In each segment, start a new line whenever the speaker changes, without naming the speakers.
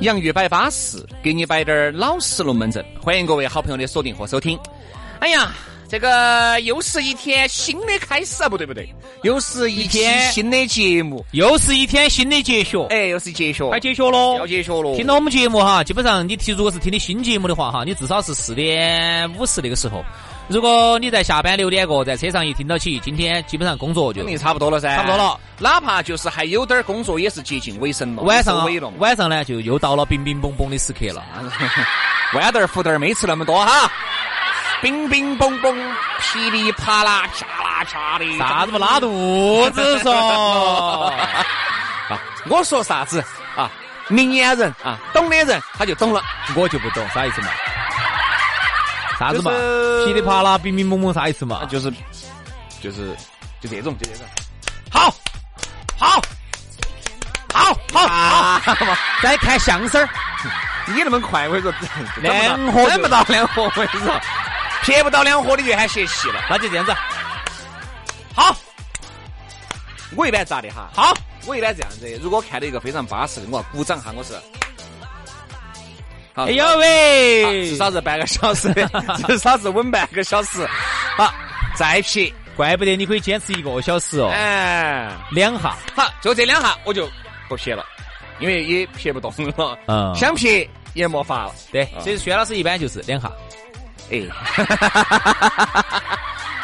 洋芋摆巴适，给你摆点儿老实龙门阵。欢迎各位好朋友的锁定和收听。哎呀，这个又是一天新的开始啊，不对不对，又是一天新的节目，
又是一天新的节学，
哎，又是节学，
快节学喽！
要节学喽。
听到我们节目哈，基本上你听，如果是听的新节目的话哈，你至少是四点五十那个时候。如果你在下班六点过，在车上一听到起，今天基本上工作就
肯定差不多了噻，
差不多了。
哪怕就是还有点儿工作，也是接近尾声了。
晚上啊
尾了，
晚上呢就又到了冰冰嘣嘣的时刻了。
豌豆儿、胡豆儿没吃那么多哈。冰冰嘣嘣，噼里啪啦，啪啦啪的，
啥子不拉肚子 嗦？
啊，我说啥子啊？明眼人啊，懂的人他就懂了。
我就不懂啥意思嘛？啥子嘛
就是？
噼里啪啦，冰冰嘣嘣，啥意思嘛？
啊就是，就是，就这种，就这种。
好，好，好，好，
啊，
再看相声儿。
你那么快，我 跟你说，
两
盒
盒
整不到两盒，我跟你说，撇不到两盒你就喊泄气了。
那就这样子。啊好，
我一般咋的哈？
好，
我一般这样子，如果看到一个非常巴适的，我要鼓掌哈，我是。好
哎呦
啊
喂，
至少是半个小时 的，至少是稳半个小时。好，再撇，
怪不得你可以坚持一个小时哦，
哎，
两下。
好，就这两下我就不撇了，因为也撇不动了，
嗯
想撇也没法了。
对，所以薛老师一般就是两下。
哎，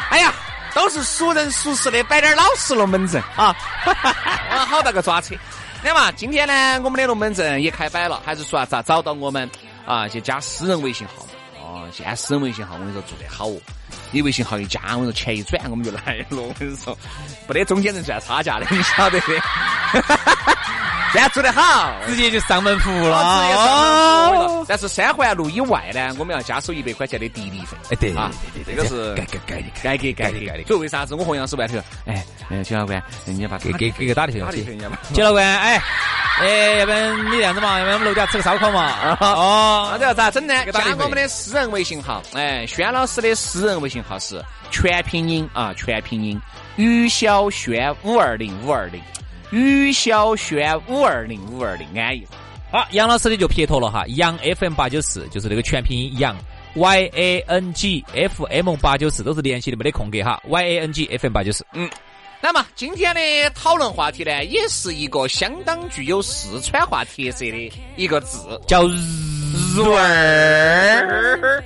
哎呀，都是熟人熟事的，摆点老实龙门阵啊！ 我好大个抓扯。那嘛，今天呢，我们的龙门阵也开摆了，还是说啊咋找到我们啊？去加私人微信号嘛。哦，现在私人微信号我跟你说做得好哦，你微信号一加，我跟你说钱一转我们就来了，我跟你说，不得中间人赚差价的，你晓得的。 现在做得好，
直接就上门服务了
啊，职业上门服务了
哦。
但是三环路以外呢，我们要加收一百块钱的地理费。
哎，对
啊，这个是
该该该的，
该给该
该给该
给
给。
所以为啥子我和杨师傅头，哎，嗯，徐老官，你把
给给给个打的费
啊打
用
理
接。
费，你把。
杰老官，哎，哎，要不然你这样子嘛，要不然我们楼底下吃个烧烤嘛。
啊，
哦，
这要咋整呢？
给打
加
理费
我们的私人微信号，哎，轩老师的私人微信号是全拼音啊，全拼音于小轩五二零五二零，于小轩五二零五二零，安逸。
好，杨老师的就撇脱了哈，杨 FM 八九四就是那个全拼音杨 Y A N G F M 八九四都是联系的，没得空格哈，Y A N G F M 八九四。
那么今天的讨论话题呢，也是一个相当具有四川话特色的一个字
叫
日味儿。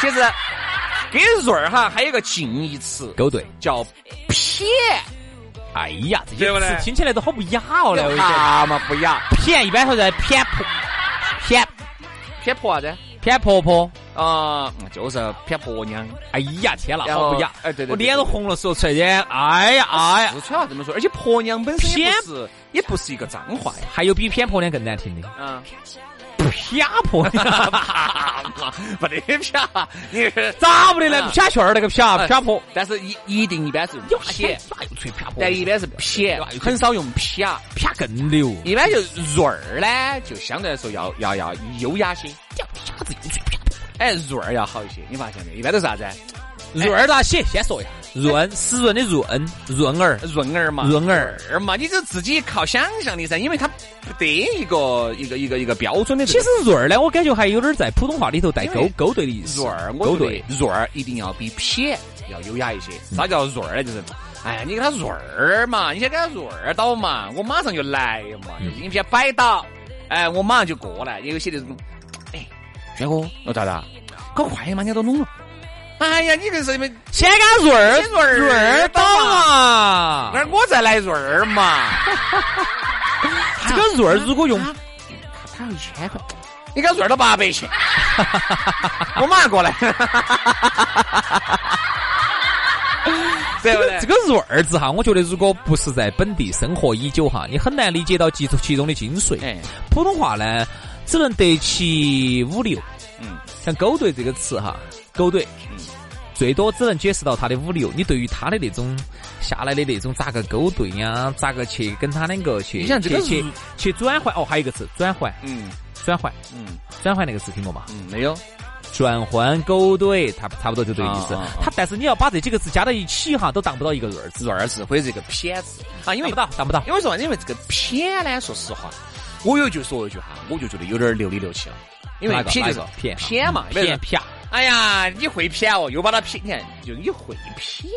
其实给“润儿”哈，还有一个近义词
勾兑。
叫“撇
哎呀，这些
对不对
词听起来都好不雅哦，”，来，我跟你讲，
那么啊不雅，
偏一般说在偏婆，偏
偏婆啥子？
偏婆婆。
啊、就是偏婆娘。
哎呀，天呐，
然后
好不雅！
哎对对对
我脸都红了，说出来的，哎呀，哎呀，
四川话这么说，而且婆娘本身也不是，也不是一个脏话呀。
还有比偏婆娘更难听 的，
啊，
偏 婆娘，
不得撇，你是
咋不得
嗯
那个偏圈儿那个偏偏婆，哎
但是一一定一般是用撇，
又吹偏婆
但一般是撇，很少用撇，
偏更溜，
一般就润儿呢，就相对来说要要要优雅些。
啥子又吹偏
哎，润儿要好一些，你发现没？一般都是啥子？
婆？润儿咋写？先说一下，
哎
润，湿润的润，润儿，
润儿嘛，
润儿
润儿嘛，你就自己靠想象力噻，因为它不得一个一个一个一个标准的这
其
个。
实润儿呢，我感觉还有点在普通话里头带
因
勾
为
勾兑的意思。
润儿，我
勾
觉
兑嗯
得。润儿一定要比撇要优雅一些。啥叫润儿呢？就是哎，你给他润儿嘛，你先给他润儿到嘛，我马上就来嘛，
嗯
你先摆到，哎，我马上就过来。也有些那种，哎，轩哥，我咋的？搞快点嘛，人家都弄了。哎呀，你这是没
先给他润儿
先润儿
润儿到啊！
那我再来润儿嘛。
这个润儿如果用
啊他要一千块，你给他润儿到八百去， 我马上过 来。对
这
不
个
对？
这个润儿字哈，我觉得如果不是在本地生活已久哈，你很难理解到其中其中的精髓。
哎，
普通话呢，只能得其五六。
嗯，
像“勾兑”这个词哈，“勾兑”
嗯
最多只能解释到它的五六。你对于它的那种下来的那种咋个勾兑呀，咋个去跟它两个去
你想这个
去去
是
去转换哦，还有一个词转换，
嗯
转换，
嗯
转换那个词听过吗？
嗯，没有。
转换勾兑，差不差不多就这个意思
啊啊啊。
它但是你要把这几个字加到一起哈，都当不到一个润儿字，
润儿字或者是一个偏字啊，因为
当不到，当不到。
因为什么？因为这个偏呢，说实话，我有一句说一句哈，我就觉得有点儿流里流气了。因为
哪个
偏就是
哪个嗯偏
偏嘛，比如说
偏啪。
哎呀，你会偏哦，又把它偏，你看，就你会偏，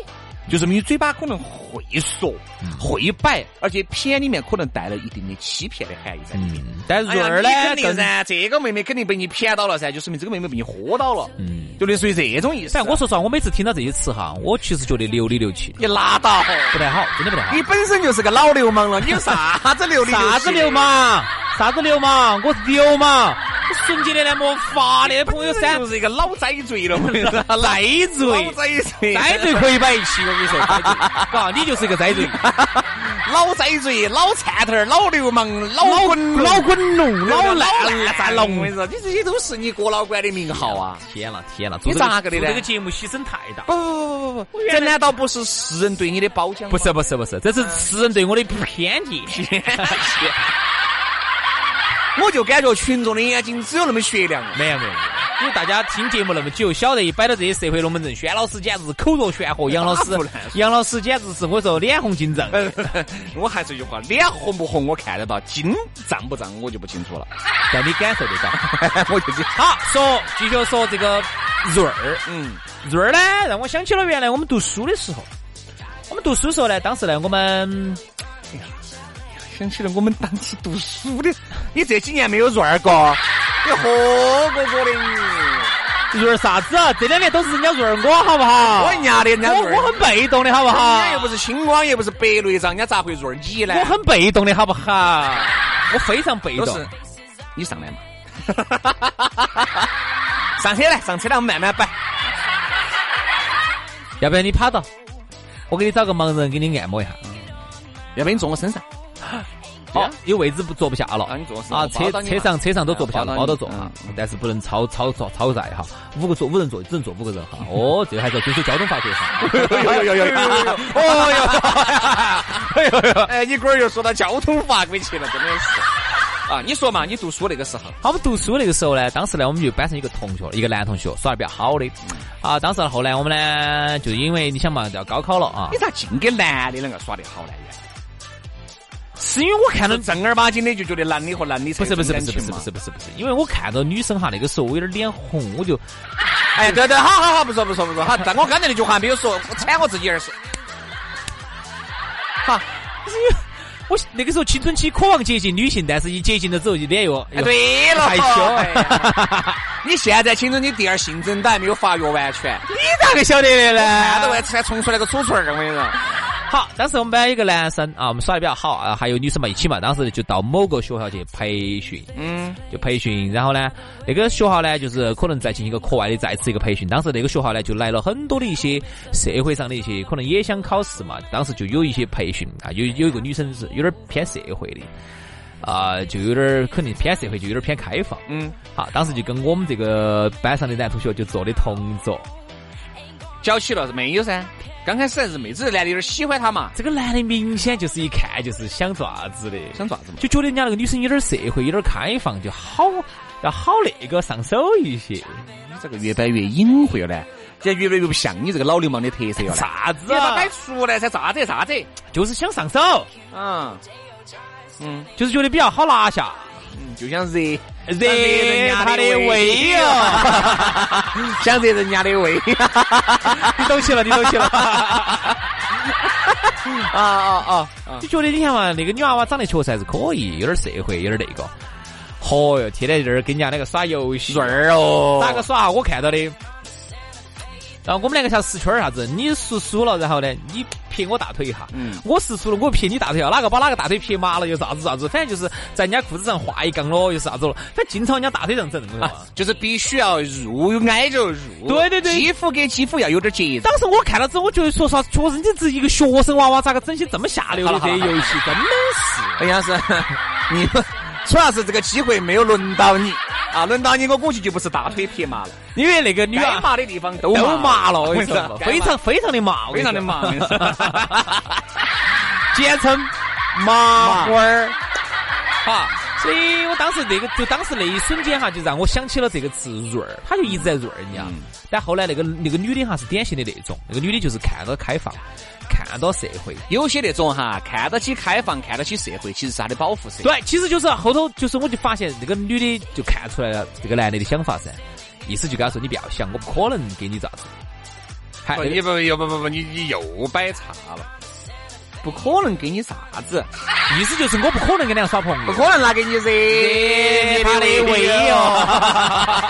就是你嘴巴可能会说、会摆，而且偏里面可能带了一定的欺骗的含义在里面。
嗯，但
哎
润
呀
儿
你
呢
肯定
更
噻，这个妹妹肯定被你骗到了噻，就说明这个妹妹被你豁到了，
嗯。
就类似于这种意思。
但我说实话，我每次听到这些词哈，我其实觉得流里流气，
你拉倒，
不太好，真的不太 好。
你本身就是个老流氓了，你有啥子流里
啥子流
氓？
氓？啥子流氓？我是流氓！我瞬间连连莫发的朋友噻
本身，就是一个老栽嘴了，我跟你 说
赖
老
嘴，
栽嘴，
栽嘴可以摆一起，我跟你说，栽嘴，嘎，你就是一个栽嘴，
老栽嘴，老颤头儿，老流氓， 老滚轮
老滚龙，老
烂
烂
烂
烂
龙，
龙
啊我跟。你说，你这些都是你郭老倌的名号啊！
天了天了，
你
做这个
咋个的呢
做这个节目牺牲太大。
不不不不不，这难道不是世人对你的褒奖吗？
不是不是不是，这是
啊
词人对我的偏见。
我就感觉群众的眼睛只有那么雪亮啊了。
没有没有，因为大家听节目那么久，晓得一摆到这些社会龙门阵，轩老师简直是口若悬河，杨老师
打不烂，
杨老师简直是我说脸红 紧张。
我还是一句话，脸红不红我看得到，筋胀不胀我就不清楚了。
但你感受得到。
我就是
好，说继续说这个润儿，
嗯
润儿呢，让我想起了原来我们读书的时候，我们读书的时候呢，当时呢，我们
想起了我们当期读书的，你这几年没有润儿哥，你喝过过的
啊
你，
润儿啥子啊？这两年都是人家润儿我，好不好？
我人家的人家
我
润儿
我很被动的好不
人
好
家？又不是青光，又不是白内障，人家咋会润儿你呢？
我很被动的好不好？我非常被
都
动。
是你上来嘛， 上车来，上车来，我们慢慢摆。
要不然你趴到，我给你找个盲人给你按摩一下。
要不然你坐我身上，
好，有位置不坐不下了
啊你坐我身上
啊，
我
车
抱到你嘛
车上车上都坐不下了，
啊
包
抱到
到
你
坐啊
嗯，
但是不能超超超超载哈，五个坐五人坐只能坐五个人 哈。哦，这个还是要遵守交通法规 哈。
有有有有， 哦哟，哎呦呦，哎，你龟儿又说到交通法规去了，真的是。啊，你说嘛，你读书那个时候，
好我们读书那个时候呢，当时呢，我们就班上一个同学，一个男同学，耍的比较好的。啊，当时后来我们呢，就是因为你想嘛，要高考了啊
你，咋净跟男的两个耍得好呢？
是因为我看到
就正儿八经的就觉得男的和男的才
不是不是不
有真
是不
感
是
情嘛
不是不是不是，因为我看到女生哈，那个时候我有点脸红，我就
哎，对对，好好好，不错不错不错，好，但我刚才那句话没有说，我铲我自己耳屎。
哈，是因为我那个时候青春期渴望接近女性，但是一接近了之后，就脸又
哎，对了，
害羞
哎呀 你现在青春期第二性征都还没有发育完全，啊
你咋个晓得的
看到
呢？
完才冲出来个楚楚儿，我跟你说。
哎好，当时我们班有一个男生啊，我们耍的比较好啊，还有女生嘛一起嘛，当时就到某个学校去培训，
嗯，
就培训，然后呢，那个学校呢，就是可能再进行一个课外的再次一个培训。当时那个学校呢，就来了很多的一些社会上的一些，可能也想考试嘛，当时就有一些培训啊，有有一个女生是有点偏社会的。啊、就有点儿肯定偏社会，就有点儿偏开放。
嗯，
好，当时就跟我们这个班上的男同学就做的同桌，
搅起了没有噻？刚开始还是妹子，男的有点喜欢他嘛，
这个男的明显就是一看就是想爪子的，
想爪子嘛？
就觉得人家那个女生有点社会，有点开放，就好要好那个上手一些。
你这个越摆越隐晦了，这越来越不像你这个老流氓的特色了。啥？
啥子
你把它
啊？
摆出来噻，咋子咋子？
就是想上手，
嗯嗯
就是觉得比较好拿下，
嗯，就像热
热
人家
他的胃
哦，
哦。
想热人家的胃。
你懂起了，你懂起了。
啊 啊啊！
就觉得你看嘛，那个女娃娃长得确实还是可以，有点社会，有点那个。嚯哟，天天在这儿跟人家那个耍游戏，
顺儿哦，
咋个耍？我看到的。然后我们两个像十圈儿啥子，你输输了，然后呢，你撇我大腿一下，
嗯
我是输了，我撇你大腿一下，哪个把哪个大腿撇麻了，又啥子啥子，反正就是在人家裤子上画一杠咯，又是啥子咯，反正经常人家大腿上整那种嘛。
啊，就是必须要入，挨着入。
对对对
肌肤跟肌肤要有点接触。
当时我看了之后，我觉得说实话，确实你这一个学生娃娃咋个整些这么下流的这些游戏，真的是。
哎呀是， 你们主要是这个机会没有轮到你啊，轮到你我估计就不是大腿撇麻了，
因为那个女
该
娃
麻的地方啊都
都
麻
麻了，我跟你
该麻
说，非常非常的麻，我
非
跟你
常的
说
麻，我跟你说
简称
麻
麻
花儿。
哈，所以我当时那个，就当时那一瞬间哈，就让我想起了这个词“润儿”，他就一直在润儿，你知道
嗯
吗。但后来那个那个女的哈是典型的那种，那个女的就是看到开放，看到社会。
有些那种哈，看得起开放，看得起社会，其实是他的保护色。
对，其实就是后头就是我就发现那个女的就看出来了这个男的的想法噻，意思就跟他说你不要想，我不可能给你咋子。还
不，哦你不，又不不不，你你又摆岔了。不可能给你啥子，
意思就是我不可能跟两个耍朋友。
能拿给你热热
他的胃
哦，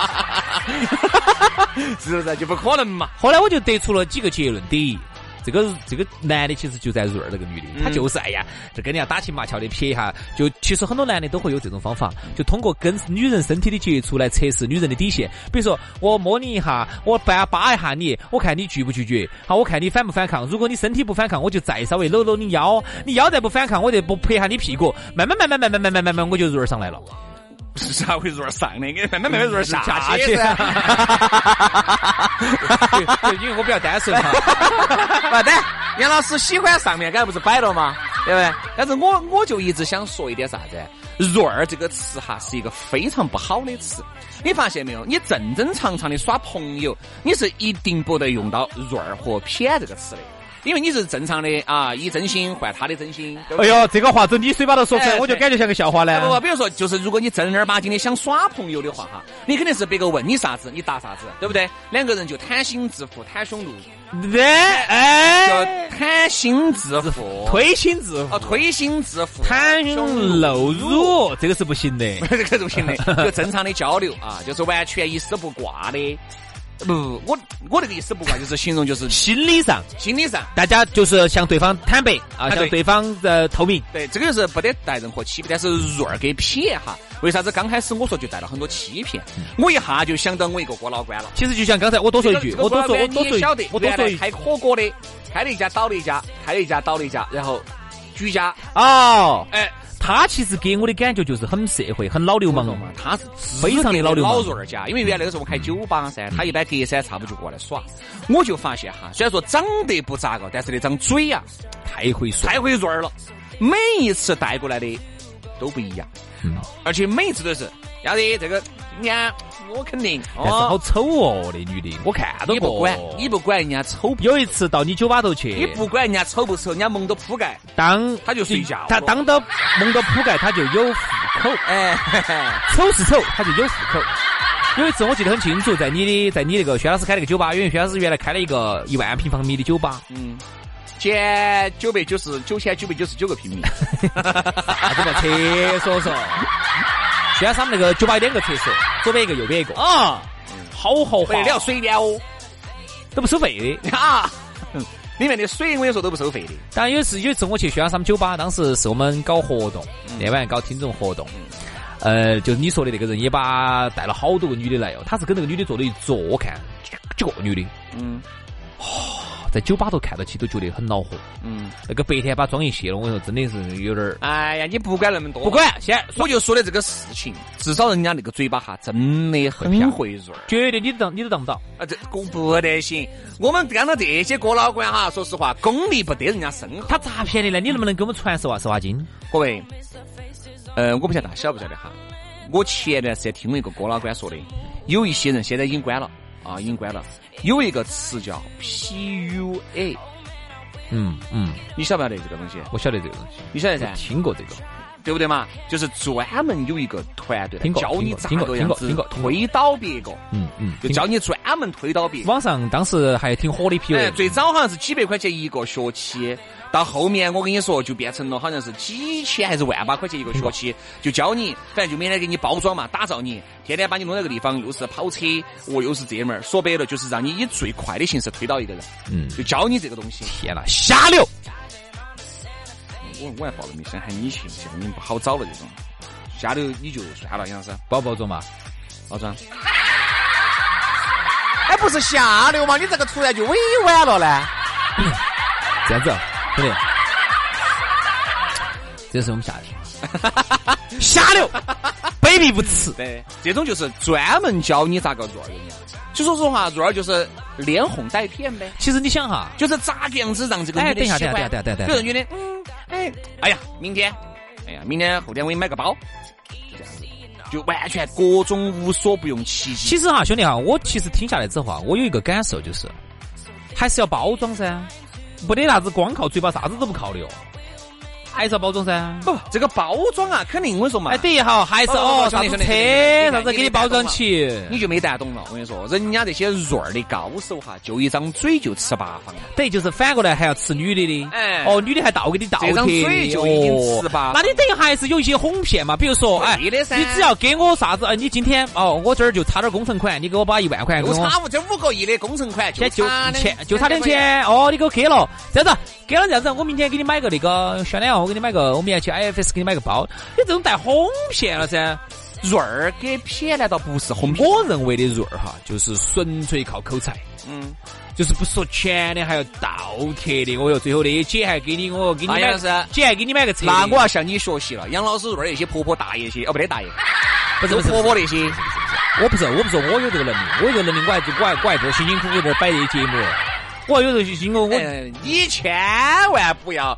是不是就不可能嘛？
后来我就得出了几个结论：第一，这个这个男的其实就在润儿那个女的，他就是哎呀，这跟人家打情骂俏的撇一下。就其实很多男的都会有这种方法，就通过跟女人身体的接触来测试女人的底线。比如说，我摸你一下，我扒扒一下你，我看你拒不拒绝，好，我看你反不反抗。如果你身体不反抗，我就再稍微搂搂你腰，你腰再不反抗，我就不拍一下你屁股，慢慢慢慢慢慢慢慢慢慢，我就润儿上来了。
是啥会入上的？给慢慢慢慢入
下去
噻
对因为我比较单纯嘛。
不对，杨老师喜欢上面，刚才不是摆了吗？对不对？但是我我就一直想说一点啥子？润儿这个词哈是一个非常不好的词，你发现没有？你正正常常的耍朋友，你是一定不得用到润儿和偏这个词的，因为你是正常的啊，以真心换他的真心。对不
哎
对
呦，这个话从你嘴巴头说出
哎
来，我就感觉像个笑话呢
哎。不不，比如说，就是如果你正儿八经的想耍朋友的话哈，你肯定是别个问你啥子，你答啥子，对不对？两个人就袒心置腹、袒胸露乳，
对，哎，
叫袒心置腹、
推心置
啊
腹，
推心置腹、啊
袒
胸
胸露乳，这个是不行的。
这个不行的，就正常的交流啊， 就是完全一丝不挂的。不，我我这个一丝不挂就是形容 就是
心理上，
心理上，
大家就是向对方坦白啊，
啊对
向对方呃透明。
对，这个就是不得带任何欺骗，但是润儿给撇哈，为啥子刚开始我说就带了很多欺骗？
嗯
我一下就想到我一个哥老倌了。
其实就像刚才我多说一句，
这个
我多说，
这
我
个
多
你
说
也
一
晓得
句，，我多说
原来
一句
开火锅的，开了一家倒了一家，开了一家倒了一家，然后居家，
哦。
哎，
他其实给我的感觉就是很社会、很老流氓，
啊他是
嗯非常的老流氓嗯
老润儿家，因为原来的时候我开酒吧噻，他一般隔三差五就过来耍，我就发现哈，虽然说长得不咋个，但是那张嘴呀、
太会说。
太会润儿了，每一次带过来的都不一样，
嗯
而且每一次都是丫的这个今天我肯定
但是好
哦，
丑哦，那女的，我看到
你不
过。
管你不管人家丑不，
有一次到你酒吧头去，
你不管人家丑不丑，人家蒙着铺盖。
当
他就睡觉
他当到蒙到铺盖，他就有户口，
哎，嘿嘿
丑是丑，他就有户口。有一次我记得很清楚，在你的在你那个薛老师开了个酒吧，因为薛老师原来开了一个一万平方米的酒吧，
嗯，减九百九十九千九百九十九个平米，
啥子嘛啊厕所嗦。薛老师他们那个酒吧有两个厕所，左边一个，右边一个，
啊，
好豪华
为，了水疗哦，
都不收费的。
啊，里面的水我跟你说都不收费的，
当然有一次，有一次我去宣阳他们酒吧，当时是我们搞活动，那晚搞听众活动。呃，就是你说的那个人也把带了好多个女的来哦，他是跟那个女的坐到一桌，我看几个女的哦
嗯
在酒吧头看到起都觉得很恼火。
嗯，
那个白天把妆一卸了，我跟你说真的是有点儿
哎呀，你不管那么多，
不，管，先
我就说的这个事情，至少人家那个嘴巴哈真的很会润儿，
绝对你都当你都当不到。
啊，这我不得行，我们干到这些哥老倌哈，说实话功力不得人家深厚，
他咋骗你呢？你能不能给我们传授啊？十花精？
各位，呃，我不晓得大家晓不晓得哈，我前段时间听了一个哥老倌说的，有一些人现在已经关了啊，已经关了，有一个词叫 PUA，
嗯嗯，
你晓不晓得这个东西？
我晓得这个东西，
你晓得噻
我？听过这个。
对不对嘛？就是专门有一个团队来
听过
教你咋
听过
个
听
样
过
子
听过听过
推倒别个，
嗯嗯，
就
挺
教你专门推倒别个。
网上当时还挺火的一批
哎，
人，
最早好像是几百块钱一个学期，到后面我跟你说就变成了好像是几千还是万把块钱一个学期，就教你，反正就每天给你包装嘛，打造你，天天把你弄到一个地方，又是跑车，我又是这门儿，说白了就是让你以最快的形式推倒一个人，
嗯，
就教你这个东西。
天呐，瞎聊，
我我还报了没？想喊你去，这个你不好找了这种。下头你就算了，杨老师，
包包装嘛，
老张。哎，不是下流吗？你这个突然就委婉了呢？
这样子，兄弟，这是我们下 流，瞎聊， 卑鄙无耻，
对，这种就是专门教你咋个做人的。就说实话，做儿就是连哄带骗呗，
其实你想哈，
就是咋个样子让这个女
哎
的
等一
喜
下
欢。
等一下等一下等一下
比如女的，嗯，哎，哎呀，明天，哎呀，明天后天我给你买个包，就这样子，就完全各种无所不用其极。
其实哈，兄弟哈，我其实听下来之后啊，我有一个感受就是，还是要包装噻，没得啥子光靠嘴巴啥子都不靠的哦，还是要包装噻。
不，这个包装啊，肯定我跟你说嘛，
哦哎，等一下哦，还是
哦兄
哦，啥
弟
子
兄弟兄弟
车，啥子给你包装起，
你就没蛋懂了。我跟你说，人家这些润儿的高手哈，就一张嘴就吃八方了。啊
等于就是反过来还要吃女的的，
哎
哦，女的还倒给你倒贴
这张嘴就已经吃吧
哦那你等于还是有一些哄骗嘛，比如说，哎，
对的噻
你只要给我啥子，哎，你今天哦，我这儿就差点工程款，你给我把一万块给
就
哎我，
差五这五个亿的工程款，
先就
差两
钱就差两。千，哦，你给我给了，这样子，给了这样子，我明天给你买个那个香奈儿，我给你买个，我明天去 IFS 给你买个包，你这种带哄骗了噻。
润儿给撇难道不是哄骗？
我认为的润儿哈，就是纯粹靠口才，
嗯，
就是不说钱的，还要倒贴的。我哟，最后那些姐还给你，我给你
哎
买
呀是
个，姐还给你买个车的。
那我要向你学习了。杨老师润儿那些婆婆大爷些， 哦不得大爷，
不是不是
婆婆那些，
我不是，我不是，我有这个能力，我有这个能力，我还我还我还这辛辛苦苦在这儿摆这些节目，我还有这个辛苦，我
嗯，你千万不要，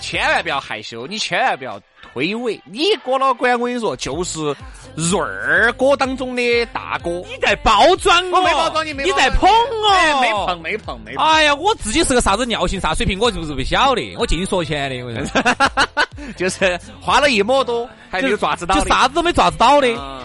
千万不要害羞，你千万不要推诿。你哥老倌，我跟你说，就是润儿哥当中的大哥。
你在包装我，
我没包装你，没
你
包装
在捧
哎
我，
没捧，。没捧，没捧。
哎呀，我自己是个啥子尿性、啥水平，我是不是不晓得？我净说钱的，我跟你说
就是花了一抹多，还没有爪子到
就
的。
啥子都没抓子到的。
嗯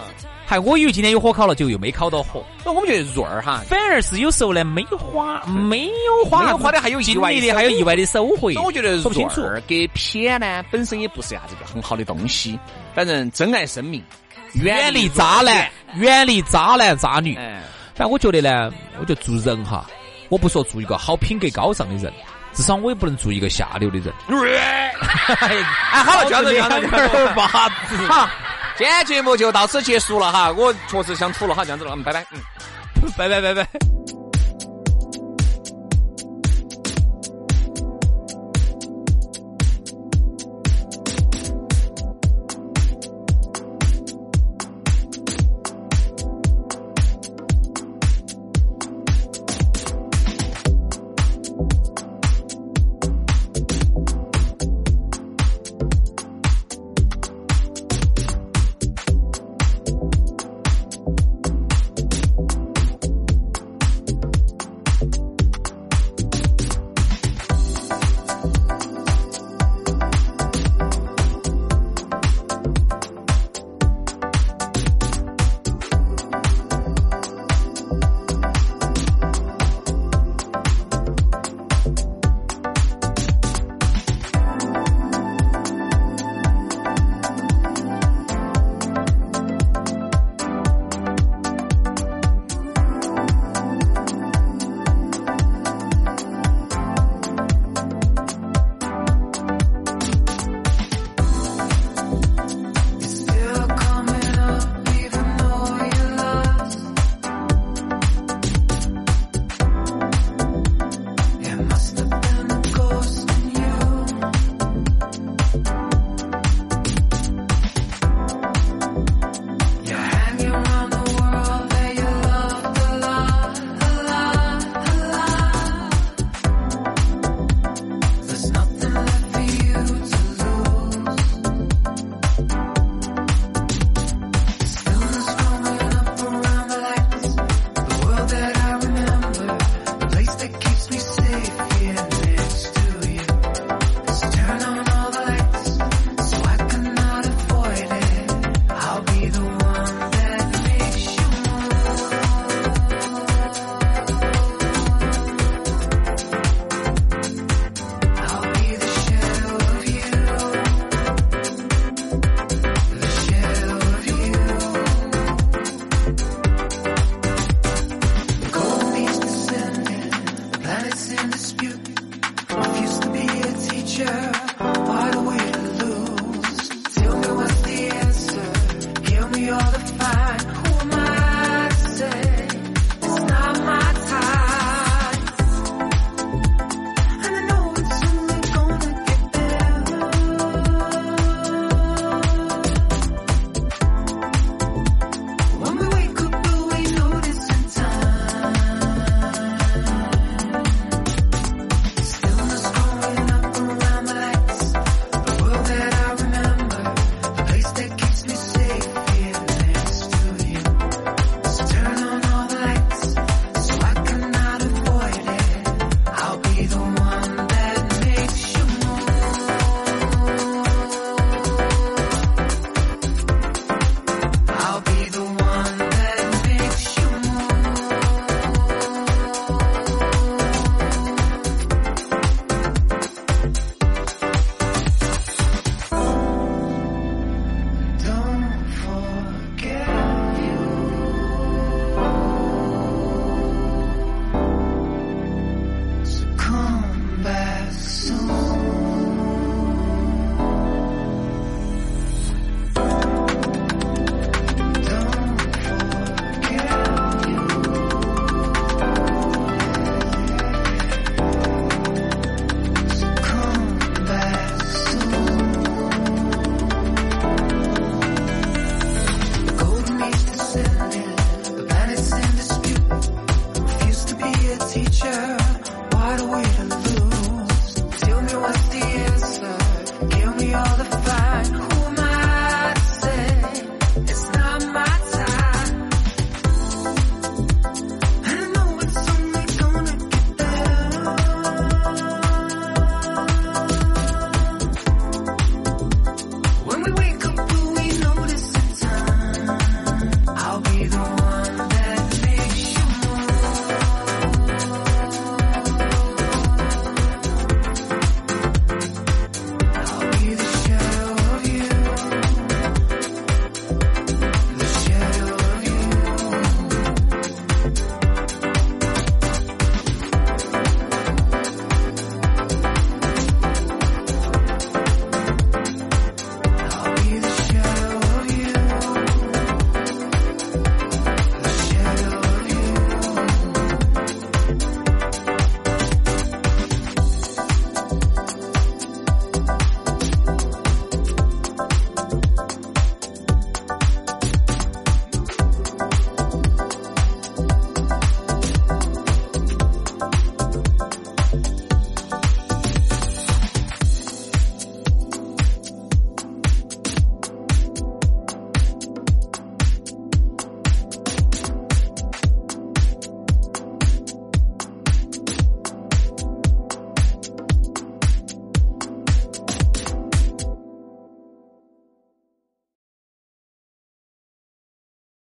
还我以为今天有火烤了，就又没烤到火，
那我们觉得润儿哈，
反而是有时候呢，没花，没有花，
没有花的还有意
经
外
历
收
的，还有意外的收获。
所以我觉得
说不清
润
楚。
儿给撇呢，本身也不是啥子很好的东西。反正珍爱生命，
远离渣男，远离渣男渣女。
哎，
反正我觉得呢，我觉得做人哈，我不说做一个好品格高尚的人，至少我也不能做一个下流的 人。
哎，好了，就这样子，就这样 子。
八字。
好，今天节目就到此结束了哈，我确实想吐了哈，这样子了，嗯，拜拜，嗯。
拜拜拜拜。